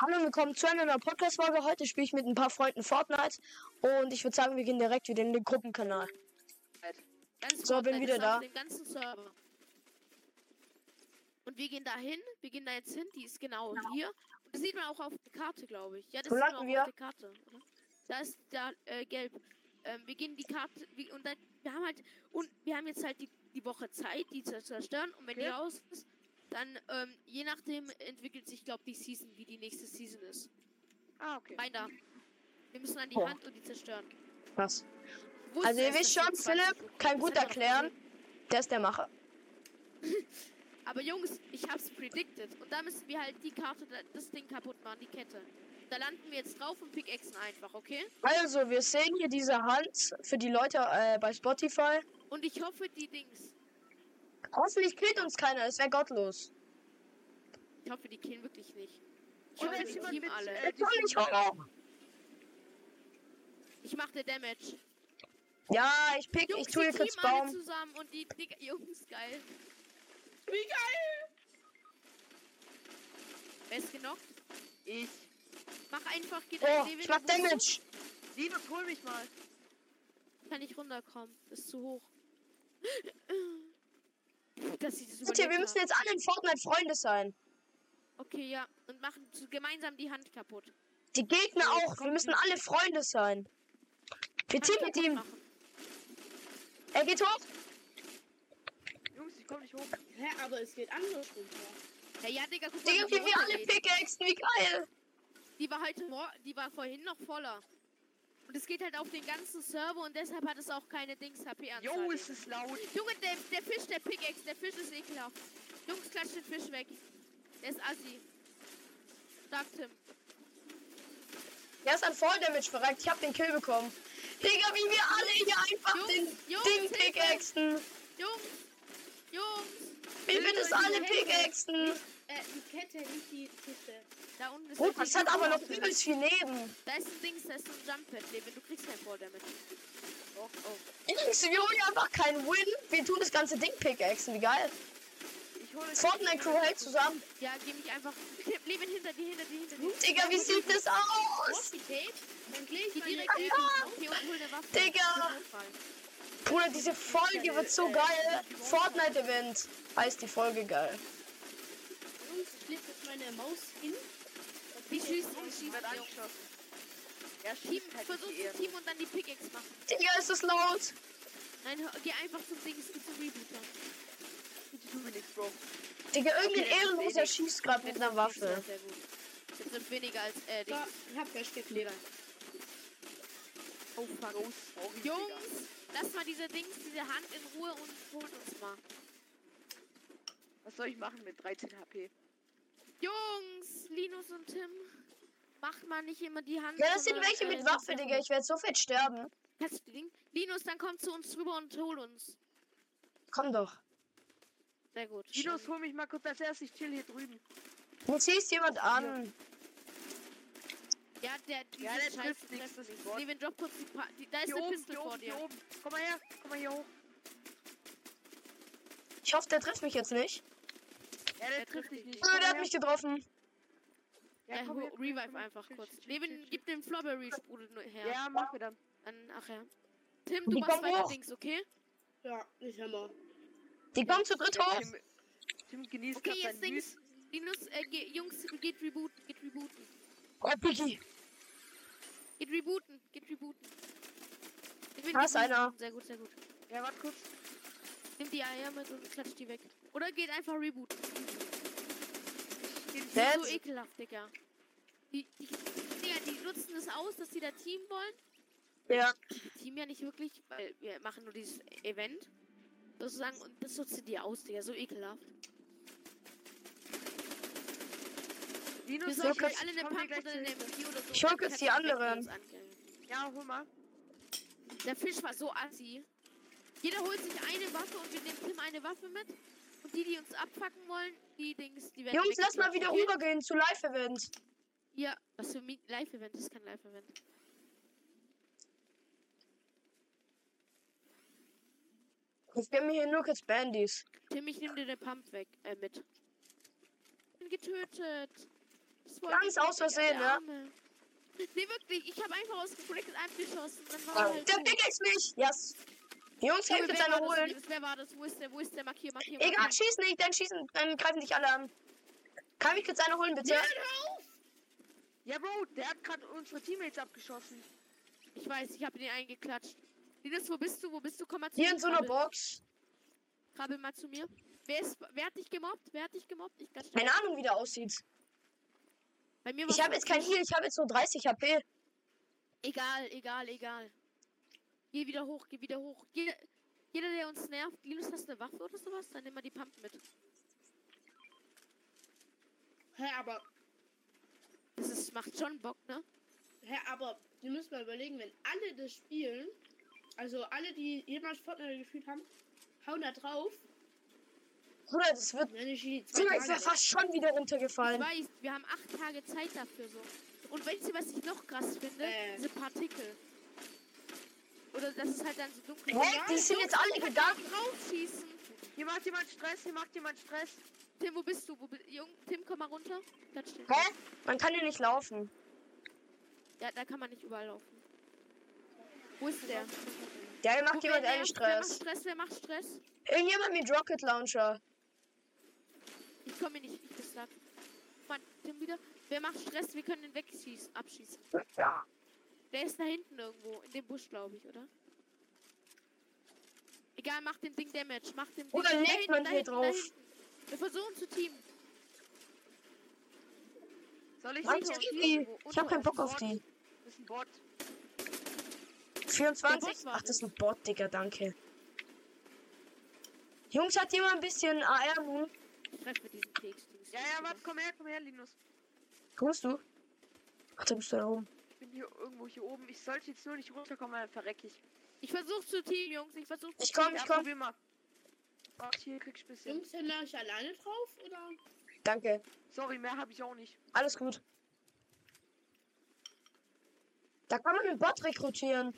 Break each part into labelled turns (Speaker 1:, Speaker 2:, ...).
Speaker 1: Hallo und willkommen zu einer neuen Podcast-Folge. Heute spiele ich mit ein paar Freunden Fortnite und ich würde sagen, wir gehen direkt wieder in den Gruppenkanal.
Speaker 2: Ganz
Speaker 1: So,
Speaker 2: kurz,
Speaker 1: bin
Speaker 2: weil
Speaker 1: wieder
Speaker 2: das war
Speaker 1: da.
Speaker 2: auf dem ganzen Server. Und wir gehen da hin, wir gehen da jetzt hin, die ist genau hier. Und das sieht man auch auf der Karte, glaube ich. Ja, das
Speaker 1: Wo
Speaker 2: sieht man auch
Speaker 1: landen wir?
Speaker 2: auf der Karte. Oder? Da ist da äh, gelb. Ähm, wir gehen die Karte wie, und dann, wir haben halt und wir haben jetzt halt die, die Woche Zeit, die zu zerstören. Und wenn die
Speaker 1: Okay.
Speaker 2: raus ist, dann ähm, je nachdem entwickelt sich, glaube die Season, wie die nächste Season ist.
Speaker 3: Ah, okay.
Speaker 2: Nein, da. Wir müssen an die
Speaker 1: Oh.
Speaker 2: Hand und die zerstören.
Speaker 1: Was?
Speaker 2: Wo ist
Speaker 1: Also ihr
Speaker 2: das,
Speaker 1: wisst
Speaker 2: dass
Speaker 1: schon,
Speaker 2: wir 20
Speaker 1: Philipp kann
Speaker 2: Das
Speaker 1: gut
Speaker 2: hätte man doch
Speaker 1: erklären.
Speaker 2: gesehen.
Speaker 1: Der ist der Macher.
Speaker 2: Aber Jungs, ich hab's predicted. Und da müssen wir halt die Karte, da- das Ding kaputt machen, die Kette. Da landen wir jetzt drauf und pickaxen einfach, okay?
Speaker 1: Also, wir sehen hier diese Hand für die Leute äh, bei Spotify.
Speaker 2: Und ich hoffe, die Dings.
Speaker 1: Hoffentlich killt uns keiner, das wäre gottlos.
Speaker 2: Ich hoffe, die killen wirklich nicht. Ich
Speaker 3: Oder
Speaker 2: hoffe,
Speaker 3: ist
Speaker 2: die
Speaker 3: jemand
Speaker 2: killen
Speaker 3: mit,
Speaker 2: alle.
Speaker 3: äh,
Speaker 1: Das soll nicht auch.
Speaker 2: Ich mach dir Damage.
Speaker 1: Ja, ich pick,
Speaker 2: Jungs,
Speaker 1: ich tue hier
Speaker 2: die
Speaker 1: kurz
Speaker 2: teamen alle
Speaker 1: Baum.
Speaker 2: zusammen und die Digga, Jungs, geil.
Speaker 3: Wie geil!
Speaker 2: Wer ist genockt?
Speaker 3: Ich.
Speaker 2: Mach einfach
Speaker 1: Oh,
Speaker 2: Gedanken.
Speaker 1: ich mach Damage.
Speaker 3: Linus, hol mich mal.
Speaker 2: Kann ich runterkommen. Ist zu hoch. Das sieht super
Speaker 1: Warte, wir
Speaker 2: lecker.
Speaker 1: müssen jetzt alle in Fortnite Freunde sein.
Speaker 2: Okay, ja. Und machen zu- gemeinsam die Hand kaputt.
Speaker 1: Die Gegner auch, wir müssen alle Freunde sein. Wir
Speaker 2: Hand
Speaker 1: ziehen mit
Speaker 2: kaputt
Speaker 1: ihm.
Speaker 2: machen.
Speaker 1: Er geht hoch.
Speaker 3: Jungs, ich komm nicht hoch.
Speaker 4: Hä, aber es geht andersrum.
Speaker 2: Ja, ja, Digga, guck mal.
Speaker 1: Digga,
Speaker 2: die
Speaker 1: wie wir alle
Speaker 2: runtergeht.
Speaker 1: pickaxen, wie geil.
Speaker 2: Die war heute vor, die war vorhin noch voller. Und es geht halt auf den ganzen Server und deshalb hat es auch keine Dings HP an.
Speaker 3: Jo, ist es laut.
Speaker 2: Junge, der, der Fisch, der Pickaxe, der Fisch ist ekelhaft. Jungs, klatscht den Fisch weg. Der ist assi. Stark, Tim.
Speaker 1: Er ist an Fall Damage verreckt, ich hab den Kill bekommen. Digga, wie wir alle hier einfach
Speaker 2: Jungs,
Speaker 1: den
Speaker 2: Jungs,
Speaker 1: Ding
Speaker 2: Hilfe!
Speaker 1: pickaxen.
Speaker 2: Jungs, Jungs.
Speaker 1: Wie wir das alle pickaxen.
Speaker 4: Äh, die Kette, nicht die Kiste.
Speaker 2: Da unten ist
Speaker 1: Oh,
Speaker 2: der
Speaker 1: das
Speaker 2: Fisch.
Speaker 1: hat aber noch übelst viel Leben.
Speaker 2: Da ist ein Dings, da ist ein Jump-Pad, Leben. Du kriegst kein Fall damit. Oh, oh.
Speaker 1: Jungs, wir holen einfach keinen Win. Wir tun das ganze Ding pickaxen, wie geil.
Speaker 3: Ich hole
Speaker 1: Fortnite Crew hält zusammen.
Speaker 2: Ja, geh mich einfach. Leben hinter dir, hinter dir, hinter dir.
Speaker 1: Digga, wie sieht das aus?
Speaker 4: Profität? Dann kläre ich
Speaker 2: Geh
Speaker 4: meine
Speaker 2: direkt neben
Speaker 4: Kette.
Speaker 2: Okay, und hol eine Waffe.
Speaker 1: Digga. Bruder, diese Folge wird so geil. Fortnite Event heißt die Folge geil.
Speaker 4: Jungs, ich lege jetzt meine Maus hin. Dann
Speaker 2: Wie
Speaker 4: bin ich-
Speaker 2: schießt du?
Speaker 3: Jungs, ich werd angeschossen. Er
Speaker 2: Team,
Speaker 3: schießt halt
Speaker 2: versuch
Speaker 3: nicht die
Speaker 2: ein
Speaker 3: Ehre.
Speaker 2: Team und dann die Pickaxe machen.
Speaker 1: Digga, ist das laut.
Speaker 2: Nein, hör, geh einfach zum Ding, es gibt einen Rebooter.
Speaker 3: Ich tue mir nichts, Bro.
Speaker 1: Digga, irgendein Ehrenloser schießt gerade mit einer
Speaker 2: Ja,
Speaker 1: Waffe.
Speaker 2: Sehr gut. Das sind weniger als, äh,
Speaker 4: So,
Speaker 2: Dings.
Speaker 4: ich hab
Speaker 2: Leder.
Speaker 4: festgeklebt.
Speaker 2: Oh, fuck.
Speaker 3: Los, sorry, Digga.
Speaker 2: Jungs, lass mal diese Dings, diese Hand in Ruhe und holt uns mal.
Speaker 3: Was soll ich machen mit 13 HP?
Speaker 2: Jungs, Linus und Tim, macht mal nicht immer die Hand.
Speaker 1: Ja, das sind
Speaker 2: sondern,
Speaker 1: welche
Speaker 2: äh,
Speaker 1: mit Waffe, Digga. Ich werde so fett sterben.
Speaker 2: Kannst du die Ding? Linus, dann komm zu uns rüber und hol uns.
Speaker 1: Komm doch.
Speaker 2: Sehr gut.
Speaker 3: Linus, hol mich mal kurz als erstes. Ich chill hier drüben.
Speaker 1: Mir schießt jemand an.
Speaker 2: Ja, der, diese
Speaker 3: Ja, der
Speaker 2: Scheiße
Speaker 3: trifft nichts, das
Speaker 2: treffen
Speaker 3: ist
Speaker 2: nichts.
Speaker 3: Gott.
Speaker 2: Nee, wenn Job kurz die pa die, Da ist
Speaker 3: Hier
Speaker 2: eine
Speaker 3: oben,
Speaker 2: Pistole
Speaker 3: hier
Speaker 2: vor
Speaker 3: oben, hier
Speaker 2: dir.
Speaker 3: oben. Komm mal her, komm mal hier hoch.
Speaker 1: Ich hoffe, der trifft mich jetzt nicht.
Speaker 2: Der
Speaker 3: Ja, der
Speaker 2: trifft
Speaker 3: trifft dich
Speaker 2: dich.
Speaker 3: nicht.
Speaker 1: Oh,
Speaker 3: Komm
Speaker 1: der hat
Speaker 3: her.
Speaker 1: mich getroffen.
Speaker 2: Ja,
Speaker 3: komm her, komm her, komm
Speaker 2: revive
Speaker 3: her.
Speaker 2: einfach
Speaker 3: Chill,
Speaker 2: kurz.
Speaker 3: chill, chill,
Speaker 2: Leben,
Speaker 3: chill,
Speaker 2: gib den Flubbery Sprudel nur her.
Speaker 3: chill. Ja, mach mir dann.
Speaker 2: Dann, ach ja. Tim,
Speaker 1: Die
Speaker 2: du machst
Speaker 1: kommen
Speaker 2: weiter
Speaker 1: hoch.
Speaker 2: Dings, okay?
Speaker 4: Ja, ich hab mal.
Speaker 1: Die kommen zu dritt hoch.
Speaker 3: Tim, Tim genießt
Speaker 2: Okay,
Speaker 3: grad
Speaker 2: jetzt
Speaker 3: seinen
Speaker 2: Dings. Linus, äh, ge Jungs, geht rebooten, geht rebooten.
Speaker 1: Oh, Piggy.
Speaker 2: Geht rebooten, geht rebooten. Nimm
Speaker 1: Da ist einer.
Speaker 2: Sehr gut, sehr gut.
Speaker 3: Müs- Ja, warte kurz.
Speaker 2: Nimm die Eier mit und klatsch die weg. Oder geht einfach rebooten.
Speaker 3: Ich
Speaker 1: Der
Speaker 3: geh-
Speaker 2: Das ist so
Speaker 1: Jetzt.
Speaker 2: ekelhaft, Digga. Die, die, Digga, die nutzen es aus, dass sie da Team wollen.
Speaker 1: Ja.
Speaker 2: Team ja nicht wirklich, weil wir machen nur dieses Event. Sozusagen, und das nutzen die aus, Digga, so ekelhaft. Wir
Speaker 3: Linus,
Speaker 2: sollten
Speaker 3: komm
Speaker 2: euch alle eine
Speaker 3: mir
Speaker 2: Pump
Speaker 3: gleich
Speaker 2: oder
Speaker 3: zu
Speaker 2: eine
Speaker 3: Hilfe.
Speaker 2: MP oder so.
Speaker 1: Ich hol
Speaker 2: dann
Speaker 1: kurz
Speaker 2: kann
Speaker 1: die
Speaker 2: ich
Speaker 1: anderen.
Speaker 2: uns angreifen.
Speaker 3: Ja, hol mal.
Speaker 2: Der Fisch war so assi. Jeder holt sich eine Waffe und wir nehmen Tim eine Waffe mit. Und die, die uns abpacken wollen, die Dings, die werden.
Speaker 1: Jungs, lass mal
Speaker 2: weggeklappt,
Speaker 1: wieder
Speaker 2: okay?
Speaker 1: rübergehen zu Live-Events.
Speaker 2: Ja, was für ein Live-Event das ist kein Live-Event.
Speaker 1: Wir haben hier nur kurz Bandys.
Speaker 2: Tim, ich nehme dir den Pump weg, äh, mit. Ich bin getötet. Das wollte
Speaker 1: Ganz
Speaker 2: ich nicht,
Speaker 1: aus Versehen, ne?
Speaker 2: der
Speaker 1: ja.
Speaker 2: Arme. Nee, wirklich, ich habe einfach aus dem Projekt abgeschossen. Dann war er halt
Speaker 1: Der
Speaker 2: tot.
Speaker 1: pickaxe mich! Yes! Jungs,
Speaker 2: Junge,
Speaker 1: helft uns
Speaker 2: wer
Speaker 1: einer
Speaker 2: war das?
Speaker 1: holen.
Speaker 2: Wer war das? Wo ist der? Wo ist der? Markier, markier, markier.
Speaker 1: Egal, schieß nicht, dann schießen, dann greifen dich alle an. Kann mich kurz einer holen, bitte?
Speaker 3: Ja, Bro, der hat gerade unsere Teammates abgeschossen.
Speaker 2: Ich weiß, ich habe den eingeklatscht. Linus, wo bist du? Wo bist du? Komm mal zu
Speaker 1: Hier
Speaker 2: mir,
Speaker 1: in so einer
Speaker 2: krabbel.
Speaker 1: Box.
Speaker 2: Krabbel mal zu mir. Wer, ist, wer hat dich gemobbt? Wer hat dich gemobbt? Ich klatsche.
Speaker 1: Keine Ahnung, wie der aussieht.
Speaker 2: Bei mir war
Speaker 1: Ich habe jetzt kein Heal, ich habe jetzt nur 30 HP.
Speaker 2: Egal, egal, egal. Geh wieder hoch, geh wieder hoch. Jeder, jeder der uns nervt, Linus, hast du eine Waffe oder sowas? Dann nimm mal die Pump mit.
Speaker 4: Hä, aber,
Speaker 2: Das ist, macht schon Bock, ne?
Speaker 4: hä, aber, wir müssen mal überlegen, wenn alle das spielen, also alle, die jemals Fortnite gespielt haben, hauen da drauf.
Speaker 1: Bruder, das wird.
Speaker 4: Wenn ich die zwei
Speaker 1: Bruder, ich wäre
Speaker 4: Tage-
Speaker 1: fast schon wieder
Speaker 2: Ich
Speaker 1: runtergefallen.
Speaker 2: weiß, wir haben acht Tage Zeit dafür so. Und weißt du, was ich noch krass finde?
Speaker 4: Äh.
Speaker 2: Diese Partikel. Oder das ist halt dann so dunkel.
Speaker 1: Hä? Die sind jetzt alle gegangen.
Speaker 2: Raufschießen.
Speaker 3: Hier macht jemand Stress, hier macht jemand Stress.
Speaker 2: Tim, wo bist du? Wo bist Jung, Tim, komm mal runter. Platz stehen.
Speaker 1: Hä? Man kann hier nicht laufen.
Speaker 2: Ja, da kann man nicht überall laufen. Wo ist der?
Speaker 1: Ja, hier
Speaker 2: Wo-
Speaker 1: macht
Speaker 2: wer
Speaker 1: jemand einen
Speaker 2: nervt? Wer macht
Speaker 1: Stress.
Speaker 2: Stress? Wer macht Stress?
Speaker 1: Irgendjemand mit Rocket Launcher.
Speaker 2: Ich komme hier nicht, ich bin stuck. Mann, Tim wieder. Wer macht Stress? Wir können den wegschießen, abschießen.
Speaker 1: Ja.
Speaker 2: Der ist da hinten irgendwo, in dem Busch, glaube ich, oder? Egal, mach dem Ding Damage, mach dem Ding
Speaker 1: Oder
Speaker 2: Da
Speaker 1: legt
Speaker 2: hinten,
Speaker 1: man
Speaker 2: da
Speaker 1: hier
Speaker 2: hinten, da
Speaker 1: drauf?
Speaker 2: hinten. Wir versuchen zu teamen.
Speaker 3: Soll ich
Speaker 1: Mann,
Speaker 3: nicht
Speaker 1: ich
Speaker 3: auf
Speaker 1: krieg
Speaker 3: die-
Speaker 1: die.
Speaker 3: Unter-
Speaker 1: Ich habe keinen Bock auf
Speaker 3: Bot.
Speaker 1: die.
Speaker 3: Das ist ein Bot.
Speaker 1: 24? Ach, das ist ein Bot, Digga, danke. Jungs, hat jemand ein bisschen AR Moon?
Speaker 2: Ich treffe diesen Keks. dieses
Speaker 3: Ja, ja,
Speaker 2: Keks,
Speaker 3: warte, komm her, komm her, Linus.
Speaker 1: Kommst du? Ach, da bist du da oben.
Speaker 3: Ich bin hier irgendwo hier oben. Ich sollte jetzt nur nicht runterkommen, dann verreck ich.
Speaker 2: oder? Ich versuche zu teamen, Jungs, ich versuche
Speaker 1: Ich komm,
Speaker 3: Ja,
Speaker 1: ich komm.
Speaker 3: probier mal. Warte, hier kriegst du ein bisschen.
Speaker 4: Jungs, dann lag ich alleine drauf, oder?
Speaker 1: Danke.
Speaker 3: Sorry, mehr habe ich auch nicht.
Speaker 1: Alles gut. Da kann man einen Bot rekrutieren.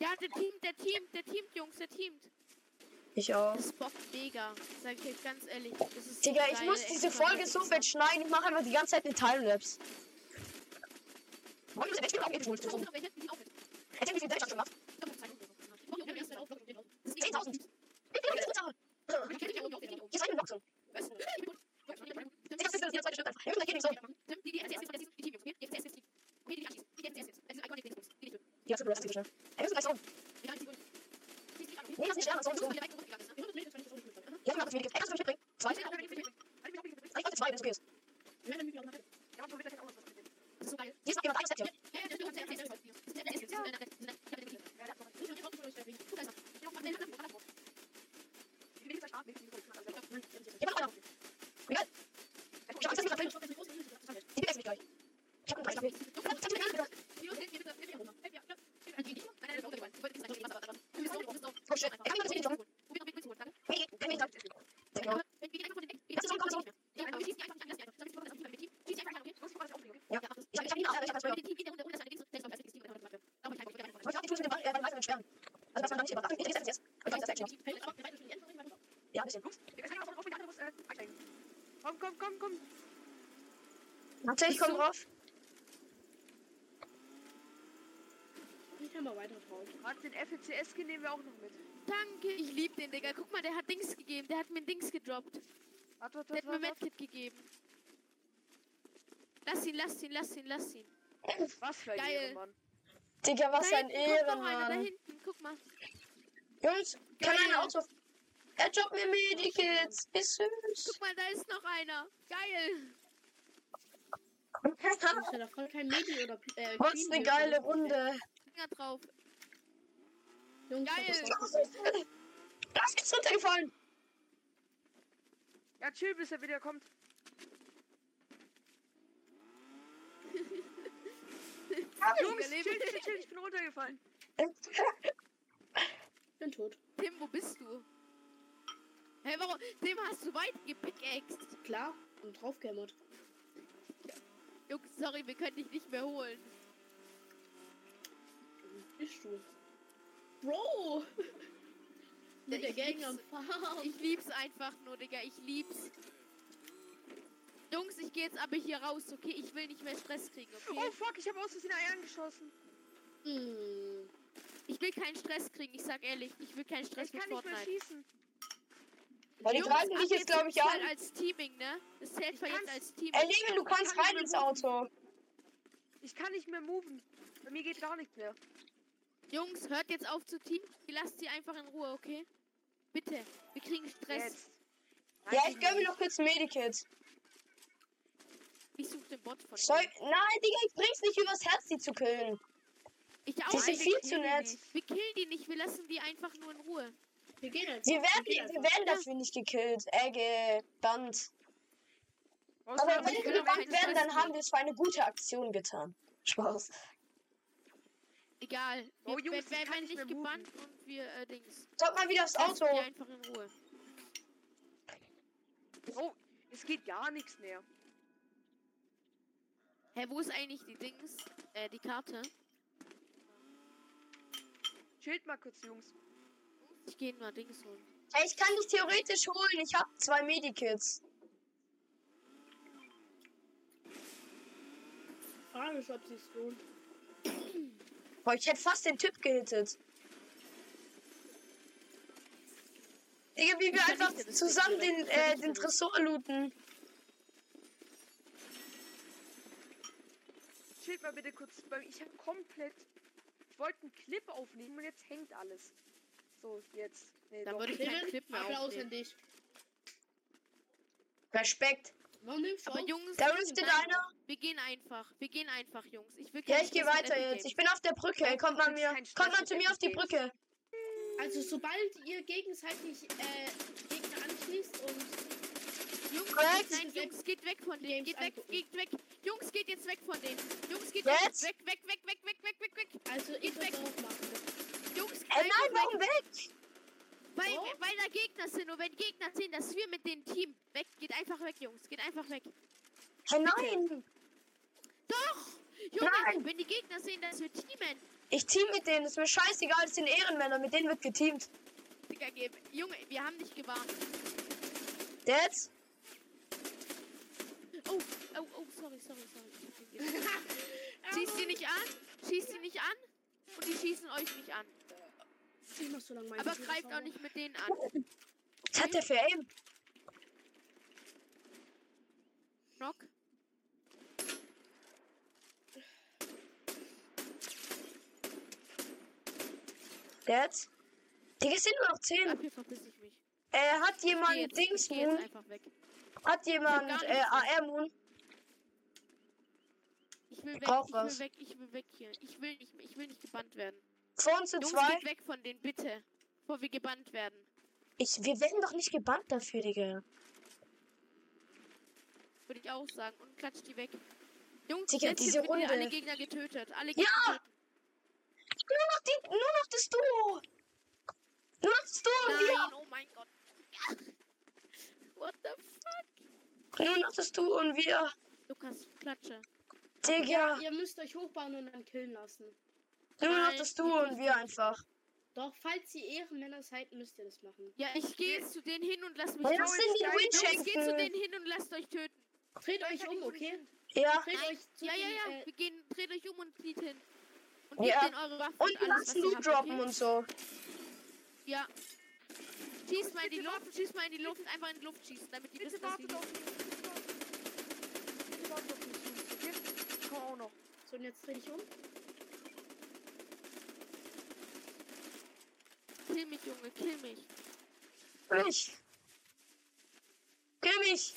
Speaker 2: Ja, der teamt, der teamt, der teamt, Jungs, der teamt.
Speaker 1: Ich auch.
Speaker 2: Das bockt mega, sag ich euch ganz ehrlich. Das ist so
Speaker 1: Digga, ich
Speaker 2: geil,
Speaker 1: muss
Speaker 2: echt
Speaker 1: diese
Speaker 2: voll
Speaker 1: Folge so fett schneiden. Ich mache einfach die ganze Zeit eine Timelapse.
Speaker 2: interessant. Aber ich hätte mich auch mit-
Speaker 1: Erzähl, wie viel Geld hast du gemacht?
Speaker 2: ich hab noch Zeit. Ich hab noch erst mal auf- Das ist
Speaker 1: 10.000. Wie viel ist unter? Hier ist eine Lockung. Das ist das zweite Stück einfach. Wir müssen dagegen so. Ja, so, das ist die Geschichte. Wir müssen gleich so. Nee, lass nicht sterben, so und so. Ja, wir machen es wenig. Ey, kannst du mich mitbringen? Zwei?
Speaker 3: Ich hab mich
Speaker 1: Ah, Ich wollte zwei, wenn es okay ist. Hier ist noch jemand, eine Sektion. Hier war noch einer. Egal. Ich hab Angst, dass jemand drin Die will jetzt mich gleich. Ich hab einen Preis dafür. Oh shit. Ey, kann jemand das Video joggen? Nee, kann ich nicht. Sehr genau. Ich hab, ich hab ihn, aber ich hab das früher. Ich wollte auch die Tools mit dem Ball, äh, bei den Weißen sperren. Also, dass man da nicht überrascht. Ich jetzt. Aber ich glaub, das ist Action. Ja, ein bisschen.
Speaker 3: Komm, komm, komm, komm.
Speaker 1: Warte, ich komm drauf.
Speaker 4: Ich kann mal weiter drauf.
Speaker 3: Warte, den FCS-Skin nehmen wir auch noch mit.
Speaker 2: Danke, ich liebe den, Digga. Guck mal, der hat Dings gegeben. Der hat mir ein Dings gedroppt.
Speaker 3: Warte, warte,
Speaker 2: Der hat
Speaker 3: warte,
Speaker 2: mir
Speaker 3: warte.
Speaker 2: Medkit gegeben. Lass ihn, lass ihn, lass ihn, lass ihn.
Speaker 3: Was für ein
Speaker 2: Geil.
Speaker 3: Ehrenmann.
Speaker 1: Digga, was
Speaker 2: Da
Speaker 1: ein
Speaker 2: hinten, guck noch einer, da
Speaker 1: Ehrenmann.
Speaker 2: hinten, guck mal.
Speaker 1: Jungs, kann
Speaker 2: Geil.
Speaker 1: einer auch so. Er droppt mir Medikits. Ist süß.
Speaker 2: Guck mal, da ist noch einer. Geil.
Speaker 4: Ich hab da voll kein Medi oder äh,
Speaker 1: Was
Speaker 4: Queen
Speaker 1: eine
Speaker 4: hier.
Speaker 1: geile Runde.
Speaker 2: Finger drauf.
Speaker 4: Jungs,
Speaker 2: Geil.
Speaker 4: das ist auch so.
Speaker 1: Da ist jetzt runtergefallen.
Speaker 3: Ja, chill, bis er wieder kommt. Jungs, chill,
Speaker 2: Überleben.
Speaker 3: chill, chill, ich bin runtergefallen.
Speaker 4: Ich bin tot.
Speaker 2: Tim, wo bist du? Hä, hey, warum? Tim, hast du weit gepickaxed?
Speaker 4: Klar, und draufgehämmert.
Speaker 2: Jungs, sorry, wir können dich nicht mehr holen.
Speaker 4: Bist du? Bro! Mit der
Speaker 2: Ich
Speaker 4: Gang am
Speaker 2: lieb's.
Speaker 3: Oh.
Speaker 4: Farm.
Speaker 2: Ich lieb's einfach nur, Digga. Ich lieb's. Jungs, ich gehe jetzt aber hier raus, okay? Ich will nicht mehr Stress kriegen, okay?
Speaker 3: Oh fuck, ich habe aus Versehen einen angeschossen.
Speaker 4: Hm.
Speaker 2: Ich will keinen Stress kriegen, ich sag ehrlich. Ich will keinen Stress mit
Speaker 3: Oh. Ich kann nicht mehr
Speaker 2: Fortnite.
Speaker 3: schießen.
Speaker 1: Weil die
Speaker 2: Jungs,
Speaker 1: greifen dich
Speaker 2: ab
Speaker 1: jetzt, glaube ich,
Speaker 2: zählt
Speaker 1: an.
Speaker 2: als Teaming, ne? Das zählt zwar jetzt
Speaker 3: kann's-
Speaker 2: als Teaming.
Speaker 1: Ey, Levin, du kannst rein ins Auto.
Speaker 3: Ich kann nicht mehr moven. Bei mir geht gar nichts mehr.
Speaker 2: Jungs, hört jetzt auf zu teamen. Lasst sie einfach in Ruhe, okay? Bitte, wir kriegen Stress.
Speaker 3: Jetzt.
Speaker 1: Ja, ich gönn mir noch kurz ein Medikit.
Speaker 2: Ich suche den Bot von
Speaker 1: Soll...
Speaker 2: denen.
Speaker 1: Nein, Digga, ich bring's nicht übers Herz, die zu killen.
Speaker 2: Ich auch.
Speaker 1: Die sind
Speaker 2: Alter,
Speaker 1: viel
Speaker 2: wir
Speaker 1: zu
Speaker 2: killen die
Speaker 1: nett.
Speaker 2: nicht. Wir killen die nicht, wir lassen die einfach nur in Ruhe.
Speaker 4: Wir gehen jetzt.
Speaker 1: Sie
Speaker 4: wir
Speaker 1: werden,
Speaker 4: gehen
Speaker 2: also
Speaker 1: wir
Speaker 4: einfach.
Speaker 1: werden dafür nicht gekillt. Äh, gebannt.
Speaker 3: Außer
Speaker 1: Aber
Speaker 2: aber
Speaker 1: wenn
Speaker 2: ich
Speaker 1: wir
Speaker 2: will auch
Speaker 1: gebannt
Speaker 2: keine
Speaker 1: werden, dann
Speaker 2: Stress
Speaker 1: haben wir es für eine gute Aktion getan. Spaß.
Speaker 2: Egal. Wir,
Speaker 3: Oh, Jungs,
Speaker 2: wir, wir
Speaker 3: ich kann
Speaker 2: werden halt
Speaker 3: nicht
Speaker 2: nicht
Speaker 3: mehr
Speaker 2: gebannt und wir äh, Dings.
Speaker 1: Kommt mal wieder aufs
Speaker 2: Lassen
Speaker 1: Auto.
Speaker 2: die einfach in Ruhe.
Speaker 3: Oh, es geht gar nichts mehr.
Speaker 2: Hä, wo ist eigentlich die Dings? Äh, die Karte?
Speaker 3: Chillt mal kurz, Jungs.
Speaker 2: Ich gehe mal Dings holen.
Speaker 1: Ey, ich kann dich theoretisch holen. Ich hab zwei Medikits.
Speaker 4: Frage ist, ob sie es lohnt.
Speaker 1: Boah, ich hätte fast den Typ gehittet. Digga, wie
Speaker 2: Ich
Speaker 1: wir
Speaker 2: kann
Speaker 1: einfach
Speaker 2: nicht, das ist
Speaker 1: zusammen
Speaker 2: nicht
Speaker 1: den,
Speaker 2: korrekt. Ich kann
Speaker 1: äh,
Speaker 2: nicht
Speaker 1: den
Speaker 2: damit.
Speaker 1: Tresor looten.
Speaker 3: Chillt mal bitte kurz. bei mir. Ich habe komplett. Ich wollte einen Clip aufnehmen und jetzt hängt alles. So, jetzt. Nee,
Speaker 2: Dann
Speaker 3: doch.
Speaker 2: würde ich keinen Clip
Speaker 4: Steven,
Speaker 2: mehr
Speaker 4: Applaus an
Speaker 2: aufnehmen.
Speaker 4: dich.
Speaker 1: Respekt.
Speaker 4: Warum nimmst du
Speaker 2: Aber
Speaker 4: auf?
Speaker 2: Jungs,
Speaker 1: Da
Speaker 2: wir
Speaker 1: rüstet
Speaker 2: gehen weiter.
Speaker 1: einer.
Speaker 2: Wir gehen einfach. Wir gehen einfach, Jungs. Ich will
Speaker 1: Ja,
Speaker 2: keinen
Speaker 1: ich gehe
Speaker 2: Stress mit
Speaker 1: weiter
Speaker 2: Epic
Speaker 1: jetzt.
Speaker 2: Games.
Speaker 1: Ich bin auf der Brücke. Ey, kommt mal
Speaker 3: Das ist
Speaker 1: mir.
Speaker 3: kein Stress
Speaker 1: Kommt mal
Speaker 3: mit
Speaker 1: zu mir auf die
Speaker 3: Epic
Speaker 2: Äh,
Speaker 1: Brücke.
Speaker 4: Also sobald ihr gegenseitig äh, Gegner anschließt und
Speaker 2: Jungs,
Speaker 1: Korrekt.
Speaker 2: nein, Jungs, geht weg von denen.
Speaker 4: Games
Speaker 2: Geht weg,
Speaker 4: angucken.
Speaker 2: geht weg. Jungs, geht jetzt weg von denen. Jungs, geht
Speaker 1: Jetzt?
Speaker 2: weg, weg, weg, weg, weg, weg, weg, weg.
Speaker 4: also ihr
Speaker 2: Geht weg.
Speaker 4: könnt auch machen.
Speaker 2: Jungs,
Speaker 1: Ey,
Speaker 2: einfach
Speaker 1: nein, warum weg?
Speaker 2: Weil,
Speaker 4: So?
Speaker 2: weil da Gegner sind und wenn Gegner sehen, dass wir mit dem Team weg, geht einfach weg, Jungs, geht einfach weg.
Speaker 1: Hey, nein.
Speaker 2: Doch! Junge,
Speaker 1: Nein.
Speaker 2: wenn die Gegner sehen, dass wir teamen,
Speaker 1: Ich team mit denen. Ist mir scheißegal. Das sind Ehrenmänner. Mit denen wird geteamt.
Speaker 2: Digga, geben. Junge, wir haben dich gewarnt.
Speaker 1: Jetzt?
Speaker 2: Oh, oh, oh, sorry, sorry, sorry. Schießt sie nicht an, schießt sie nicht an und die schießen euch nicht an.
Speaker 4: Ich mach so lange meine
Speaker 2: Aber
Speaker 4: Tür
Speaker 2: greift
Speaker 4: sauber.
Speaker 2: auch nicht mit denen an.
Speaker 1: Was hat der für Aim?
Speaker 2: Knock.
Speaker 1: Jetzt? Digga, es sind nur noch 10.
Speaker 2: Ab hier verpiss ich mich.
Speaker 1: Äh, hat
Speaker 2: Ich geh
Speaker 1: jemand
Speaker 2: jetzt,
Speaker 1: Dings
Speaker 2: ich geh jetzt
Speaker 1: Moon?
Speaker 2: einfach weg.
Speaker 1: Hat jemand
Speaker 2: gar
Speaker 1: äh,
Speaker 2: nichts.
Speaker 1: AR Moon?
Speaker 2: Ich will weg,
Speaker 1: brauch
Speaker 2: ich
Speaker 1: was.
Speaker 2: will weg, ich will weg hier. Ich will nicht, ich will nicht gebannt werden.
Speaker 1: Vor uns sind
Speaker 2: Jungs,
Speaker 1: zwei.
Speaker 2: geht weg von denen, bitte. Bevor wir gebannt werden.
Speaker 1: Ich, wir werden doch nicht gebannt dafür, Digga.
Speaker 2: Würde ich auch sagen. Und klatscht die weg. Jungs,
Speaker 1: Digga,
Speaker 2: jetzt
Speaker 1: diese
Speaker 2: sind wir hier alle
Speaker 1: Runde.
Speaker 2: Gegner getötet. Alle
Speaker 1: Ja!
Speaker 2: Gegner getötet.
Speaker 1: Nur noch, die, nur noch das Duo. Nur noch das Duo und wir.
Speaker 2: Nein, oh mein Gott. What the fuck?
Speaker 1: Nur noch das Duo und wir.
Speaker 2: Lukas, klatsche.
Speaker 1: Digga.
Speaker 4: Ihr müsst euch hochbauen und dann killen lassen.
Speaker 1: Nur noch
Speaker 2: nein,
Speaker 1: das Duo und wir einfach.
Speaker 4: Doch, falls ihr Ehrenmänner seid, müsst ihr das machen.
Speaker 2: Ja, ich gehe jetzt zu denen hin und lass mich
Speaker 1: Was
Speaker 2: töten.
Speaker 1: sind die
Speaker 2: Jungs, geht zu
Speaker 1: Windschatten?
Speaker 2: denen hin und lasst euch töten.
Speaker 4: Dreht euch um, okay?
Speaker 1: Ja.
Speaker 4: Dreht euch zu
Speaker 2: Ja, ja,
Speaker 4: den,
Speaker 2: ja.
Speaker 4: äh,
Speaker 2: Wir gehen, dreht euch um und zieht hin. Und
Speaker 1: Ja.
Speaker 2: gebt denen eure Waffen
Speaker 1: Und wir
Speaker 2: alles, was
Speaker 1: lassen
Speaker 2: ihr
Speaker 1: Loot
Speaker 2: habt,
Speaker 1: droppen
Speaker 2: okay?
Speaker 1: und so.
Speaker 2: Ja. Schieß mal in die Luft, schieß mal in die Luft, einfach in die Luft schießen, damit die
Speaker 3: Bitte
Speaker 2: wissen, dass wir
Speaker 3: wartet auf mich. Bitte wartet auf mich, Jungs, okay? Ich komm auch noch.
Speaker 4: So, und jetzt dreh dich um.
Speaker 2: Kill mich, Junge, kill mich.
Speaker 1: Ich. Kill mich.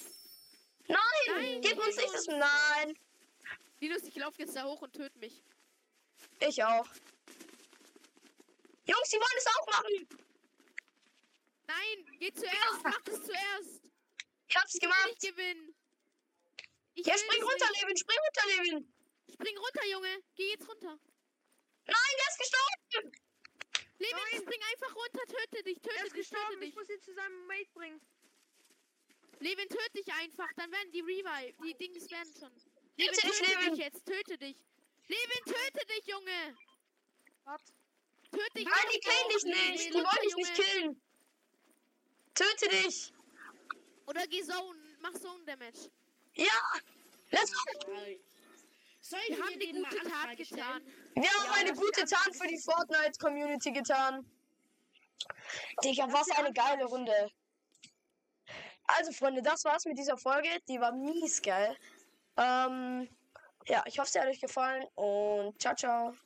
Speaker 1: Nein,
Speaker 2: Nein,
Speaker 1: gib uns nicht
Speaker 2: Linus.
Speaker 1: das. Nein.
Speaker 2: Linus, ich laufe jetzt da hoch und töte mich.
Speaker 1: Ich auch. Jungs, die wollen es auch machen.
Speaker 2: Nein, geh zuerst,
Speaker 1: Ah.
Speaker 2: mach es zuerst.
Speaker 1: Ich hab's
Speaker 2: Kann ich
Speaker 1: gemacht.
Speaker 2: gewinnen. Ich
Speaker 1: Ah. Ja,
Speaker 2: will
Speaker 1: spring
Speaker 2: es
Speaker 1: runter,
Speaker 2: nicht.
Speaker 1: Levin. Spring runter, Levin.
Speaker 2: Spring runter, Junge. Geh jetzt runter.
Speaker 1: Nein, der ist gestorben.
Speaker 2: Levin, spring einfach runter, töte dich,
Speaker 3: Er
Speaker 2: töte
Speaker 3: ist
Speaker 2: dich, töte
Speaker 3: gestorben,
Speaker 2: dich.
Speaker 3: ich muss ihn zu seinem Mate bringen.
Speaker 2: Levin, töte dich einfach, dann werden die Revive, die Dings werden schon. Levin,
Speaker 1: Töte dich,
Speaker 2: töte dich
Speaker 1: Levin.
Speaker 2: jetzt, töte dich. Levin, töte dich, Junge.
Speaker 3: Wart.
Speaker 2: Töte dich.
Speaker 1: Nein, die killen dich nicht. Die wollen dich nicht killen. Töte dich.
Speaker 2: Oder geh Zone, mach Zone Damage.
Speaker 1: Ja! Let's go!
Speaker 4: Soll
Speaker 2: Wir
Speaker 4: ich
Speaker 2: haben eine
Speaker 4: den mal
Speaker 2: gute Tat
Speaker 4: Anfrage
Speaker 2: getan.
Speaker 4: stellen?
Speaker 1: Wir haben
Speaker 3: Ja,
Speaker 1: eine
Speaker 3: das
Speaker 1: gute
Speaker 3: ist
Speaker 1: Tat für die Fortnite-Community getan. Digga, was eine geile Runde. Also, Freunde, das war's mit dieser Folge. Die war mies geil. Ähm, ja, ich hoffe, sie hat euch gefallen und ciao, ciao.